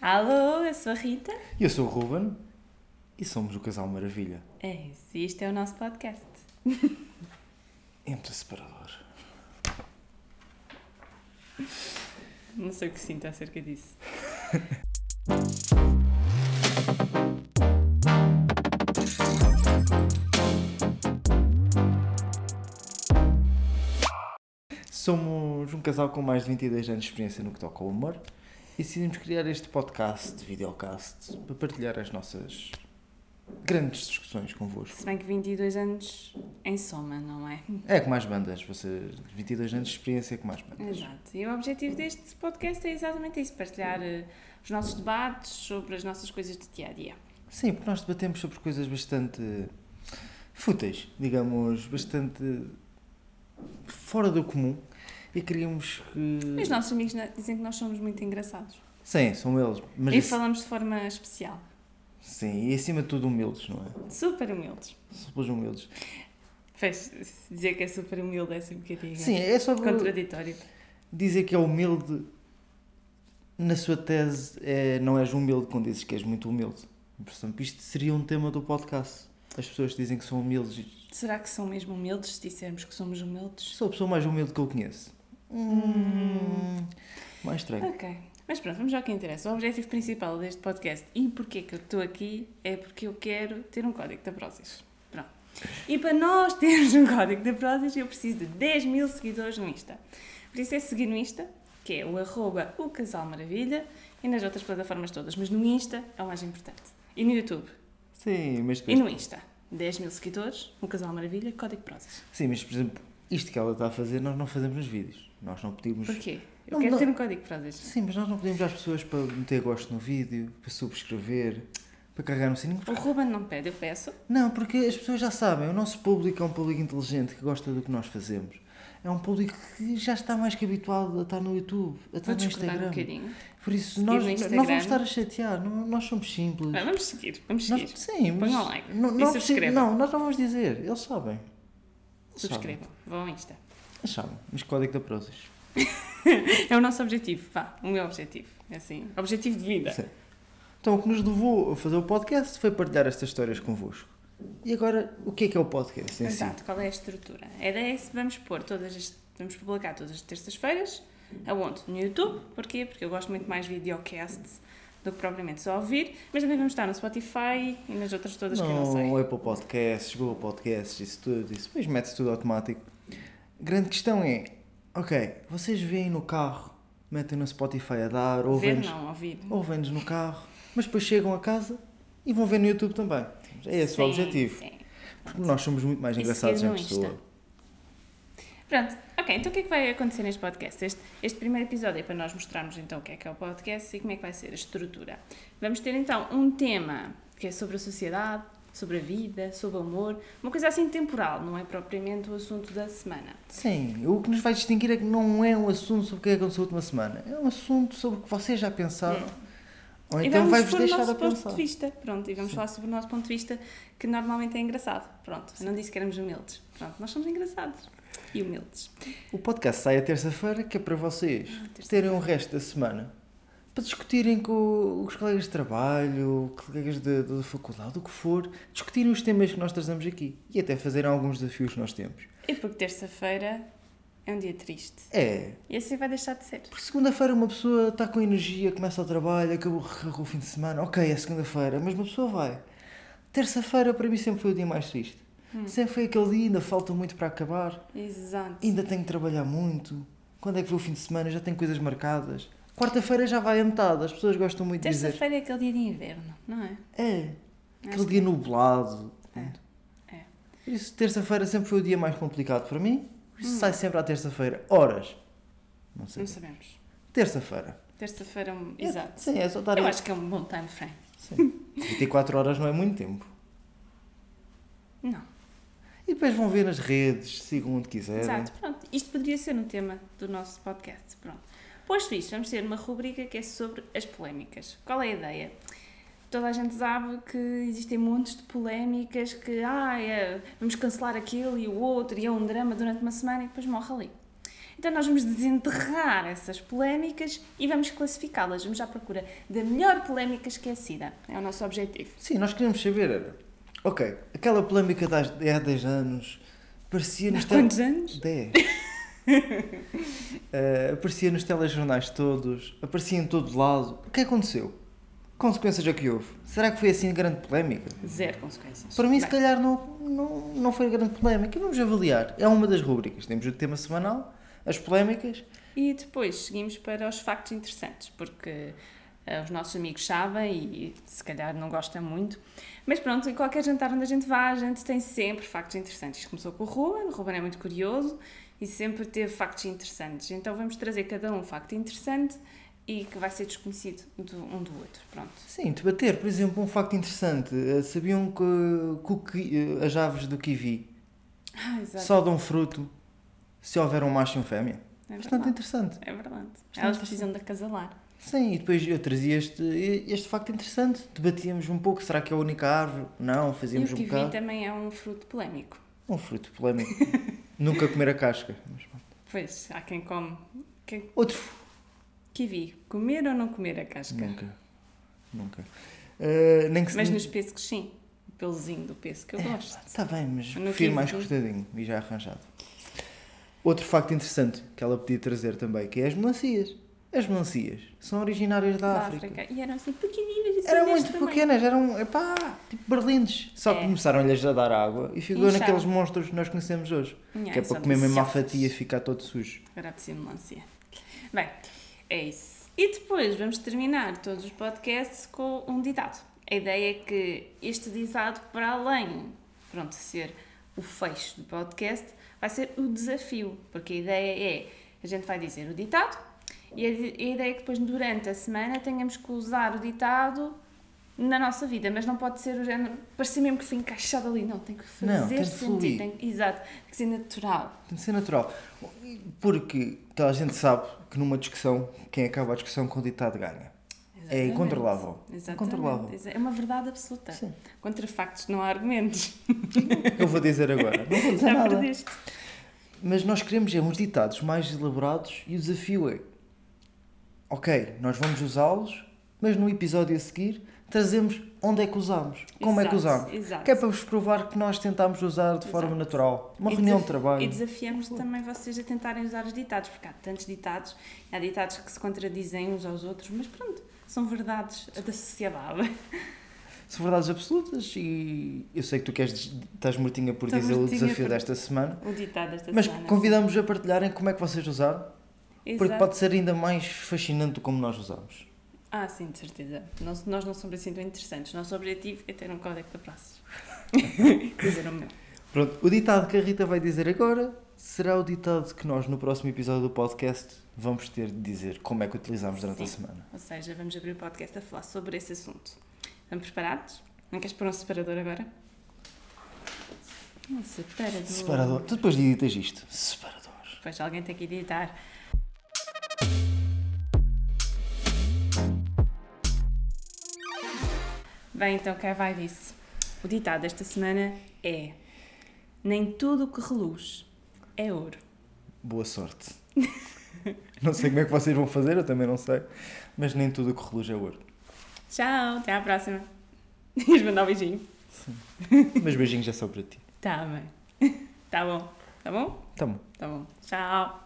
Alô, eu sou a Rita. E eu sou o Ruben e somos o Casal Maravilha. É isso, e este é o nosso podcast. Entre separador. Não sei o que sinto acerca disso. Somos um casal com mais de 22 anos de experiência no que toca ao humor e decidimos criar este podcast, videocast, para partilhar as nossas grandes discussões convosco. Se bem que 22 anos em soma, não é? É com mais bandas, você 22 anos de experiência é com mais bandas. Exato. E o objetivo deste podcast é exatamente isso: partilhar eh, os nossos debates sobre as nossas coisas do dia a dia. Sim, porque nós debatemos sobre coisas bastante fúteis, digamos, bastante fora do comum e queríamos que... Os nossos amigos na- dizem que nós somos muito engraçados. Sim, são eles, mas E isso- falamos de forma especial. Sim, e acima de tudo humildes, não é? Super humildes. Somos humildes. Fez dizer que é super humilde é sempre que Sim, é só Contraditório. dizer que é humilde na sua tese é, não és humilde quando dizes que és muito humilde. Portanto, isto seria um tema do podcast. As pessoas dizem que são humildes. e Será que são mesmo humildes se dissermos que somos humildes? Sou a pessoa mais humilde que eu conheço. Hum, mais estranho. Ok. Mas pronto, vamos ao que interessa. O objetivo principal deste podcast e porque é que eu estou aqui é porque eu quero ter um código da Prozis. Pronto. E para nós termos um código da Prozis eu preciso de 10 mil seguidores no Insta. Por isso é seguir no Insta, que é o arroba o Casal Maravilha e nas outras plataformas todas, mas no Insta é o mais importante. E no YouTube. Sim, mas E depois, no Insta. 10 mil seguidores, o Casal Maravilha, código Prozis. sim, mas por exemplo, isto que ela está a fazer nós não fazemos nos vídeos. Nós não pedimos. Porquê? Eu Não, quero não. ter um código Prozis. Sim, mas nós não pedimos às pessoas para meter gosto no vídeo, para subscrever, para carregar no sininho. O Ruben não pede, eu peço. Não, porque as pessoas já sabem, o nosso público é um público inteligente que gosta do que nós fazemos. É um público que já está mais que habituado a estar no YouTube, a estar Vou no discordar um Instagram. bocadinho. Por isso, Seguir nós, no nós Instagram. vamos estar a chatear, não- nós somos simples. Ah, vamos seguir, vamos seguir. Nós- sim, mas. Ponham like não, e não, é preciso- subscrevam. não, nós não vamos dizer, eles sabem. Eles Subscrevam, vão ao Insta. Sabem, eles sabem, mas código da Prozis. É o nosso objetivo, vá, o meu objetivo. É assim, objetivo de vida. Sim. Então, o que nos levou a fazer o podcast foi partilhar estas histórias convosco. E agora, o que é que é o podcast em si? Exato, qual é a estrutura? A ideia é se vamos pôr todas as, vamos publicar todas as terças-feiras, aonde? No YouTube, porquê? Porque eu gosto muito mais videocasts do que propriamente só ouvir, mas também vamos estar no Spotify e nas outras todas que eu não sei. Não, é Apple Podcasts, Google Podcasts, isso tudo, isso depois mete-se tudo automático. Grande questão é, ok, vocês vêm no carro, metem no Spotify a dar, Ver ouvem-nos não, ouvir. ouvem-nos no carro, mas depois chegam a casa e vão ver no YouTube também. É esse Sim, o objetivo. sim. Porque nós somos muito mais E engraçados seguir em no pessoa. Insta. Pronto, ok, então o que é que vai acontecer neste podcast? Este, este primeiro episódio é para nós mostrarmos então o que é que é o podcast e como é que vai ser a estrutura. Vamos ter então um tema que é sobre a sociedade, sobre a vida, sobre o amor, uma coisa assim temporal, não é propriamente o assunto da semana. Sim, o que nos vai distinguir é que não é um assunto sobre o que é que aconteceu a última semana. É um assunto sobre o que vocês já pensaram. Ou então vai-vos É. pôr o deixar nosso a ponto pensar. de vista, pronto, e vamos falar sobre o nosso ponto de vista que normalmente é engraçado, pronto, eu não disse que éramos humildes, pronto, nós somos engraçados e humildes. O podcast sai a terça-feira, que é para vocês terem o resto da semana para discutirem com os colegas de trabalho, colegas da da faculdade, o que for, discutirem os temas que nós trazemos aqui e até fazerem alguns desafios que nós temos. E É porque terça-feira é um dia triste, É, e assim vai deixar de ser. porque segunda-feira uma pessoa está com energia, começa o trabalho, acabou com o fim de semana, ok, é segunda-feira, mas uma pessoa vai. Terça-feira para mim sempre foi o dia mais triste. Sempre foi aquele dia, ainda falta muito para acabar. Exato. ainda tenho que trabalhar muito. Quando é que vou o fim de semana? Já tenho coisas marcadas. Quarta-feira já vai a metade. As pessoas gostam muito de dizer. Terça-feira é aquele dia de inverno, não é? É. Aquele dia nublado. É. Por Isso, terça-feira sempre foi o dia mais complicado para mim. Por Hum. Isso sai sempre à terça-feira. Horas. Não sei. Não sabemos. Terça-feira. Terça-feira, é um- exato. Sim, é só estar Eu aí. acho que é um bom time frame. Sim. 24 horas não é muito tempo. Não. E depois vão ver nas redes, sigam onde quiserem. Exato, pronto. Isto poderia ser um tema do nosso podcast, pronto. Posto isto, vamos ter uma rubrica que é sobre as polémicas. Qual é a ideia? Toda a gente sabe que existem montes de polémicas que, ah, é, vamos cancelar aquilo e o outro, e é um drama durante uma semana e depois morre ali. Então nós vamos desenterrar essas polémicas e vamos classificá-las. Vamos à procura da melhor polémica esquecida. É o nosso objetivo. Sim, nós queríamos saber, era. Ok, aquela polémica das- de há 10 anos parecia-nos. Há quantos anos? 10. Eh, aparecia nos telejornais todos, aparecia em todo lado. O que aconteceu? Consequências é que houve? Será que foi assim grande polémica? Zero consequências. Para mim, se Bem, calhar, não, não, não foi grande polémica. Vamos avaliar. É uma das rubricas. Temos o tema semanal, as polémicas. E depois seguimos para os factos interessantes, porque ah, os nossos amigos sabem e se calhar não gostam muito. Mas pronto, em qualquer jantar onde a gente vá, a gente tem sempre factos interessantes. Isto começou com o Ruben, o Ruben é muito curioso e sempre teve factos interessantes. Então vamos trazer cada um um facto interessante e que vai ser desconhecido do, um do outro. Pronto. Sim, debater. Por exemplo, um facto interessante. Eh, Sabiam que, que o qui- eh, as aves do kiwi Ah, exato. só dão fruto se houver um macho e um fêmea? É Bastante verdade. interessante. É verdade. Bastante Elas precisam de acasalar. Sim, e depois eu trazia este, este facto interessante. Debatíamos um pouco. Será que é a única árvore? Não, E o fazíamos um kiwi bocado. também é um fruto polémico. Um fruto polémico. Nunca comer a casca. Mas pronto. Pois, há quem come. Quem... Outro fu- Kiwi, comer ou não comer a casca? Nunca. Nunca. Eh, nem que É se- Mas nos pêssegos, sim. O pelozinho do pêssego que eu gosto. Está Tá bem, mas No prefiro mais quinto. cortadinho e já arranjado. Outro facto interessante que ela podia trazer também, que é as melancias. As melancias são originárias da, Da África. E eram assim pequeninas. Eram muito pequenas, eram epá, tipo berlindes. Só que É. começaram-lhes a dar água e ficou incharam. naqueles monstros que nós conhecemos hoje. que é para comer mesmo à fatia e ficar todo sujo. Agora preciso de melancia. Bem, é isso. E depois vamos terminar todos os podcasts com um ditado. A ideia é que este ditado, para além pronto, de ser o fecho do podcast, vai ser o desafio. Porque a ideia é, a gente vai dizer o ditado e a, di- a ideia é que depois durante a semana tenhamos que usar o ditado na nossa vida, mas não pode ser o género, parecer mesmo que foi encaixado ali, não, tem que fazer Não, tem que sentido, fluir. tem, que- exato, tem que ser natural. Tem de ser natural. Porque toda a gente sabe que numa discussão, quem acaba a discussão com o ditado ganha. É Exatamente. incontrolável. Exatamente. Incontrolável. Exa- É uma verdade absoluta. Sim. Contra factos não há argumentos. O que eu vou dizer agora? Não vou dizer Já nada. perdeste. Mas nós queremos é uns ditados mais elaborados e o desafio é. Ok, nós vamos usá-los, mas no episódio a seguir trazemos onde é que usamos, como é que Exato, usamos. exato. Que é para vos provar que nós tentámos usar de forma Exato. natural. Uma E reunião desaf- de trabalho. E desafiamos também vocês a tentarem usar os ditados, porque há tantos ditados, há ditados que se contradizem uns aos outros, mas pronto, são verdades da sociedade. São verdades absolutas e eu sei que tu queres, des- estás mortinha por Estou dizer o mortinha desafio por- desta semana. O ditado desta Mas semana. convidamos a partilharem como é que vocês usaram, porque Exato. pode ser ainda mais fascinante do como nós usamos. Ah, sim, de certeza. Nós, nós não somos assim tão interessantes. Nosso objetivo é ter um código de praças. Dizer um- o meu. Pronto, o ditado que a Rita vai dizer agora será o ditado que nós no próximo episódio do podcast vamos ter de dizer como é que utilizamos durante a Sim. semana. Ou seja, vamos abrir o podcast a falar sobre esse assunto. Estão preparados? Não queres pôr um separador agora? Um separador. Separador. Tu depois editas isto. Separador. Depois alguém tem que editar. Bem, então cá vai disso. O ditado desta semana é: Nem tudo o que reluz é ouro. Boa sorte. não sei como é que vocês vão fazer, eu também não sei, mas nem tudo o que reluz é ouro. Tchau, até à próxima. Ias mandar um beijinho. Mas beijinhos é só para ti. Tá bem. Tá bom. Tá bom? Tá bom. Tá bom. Tchau.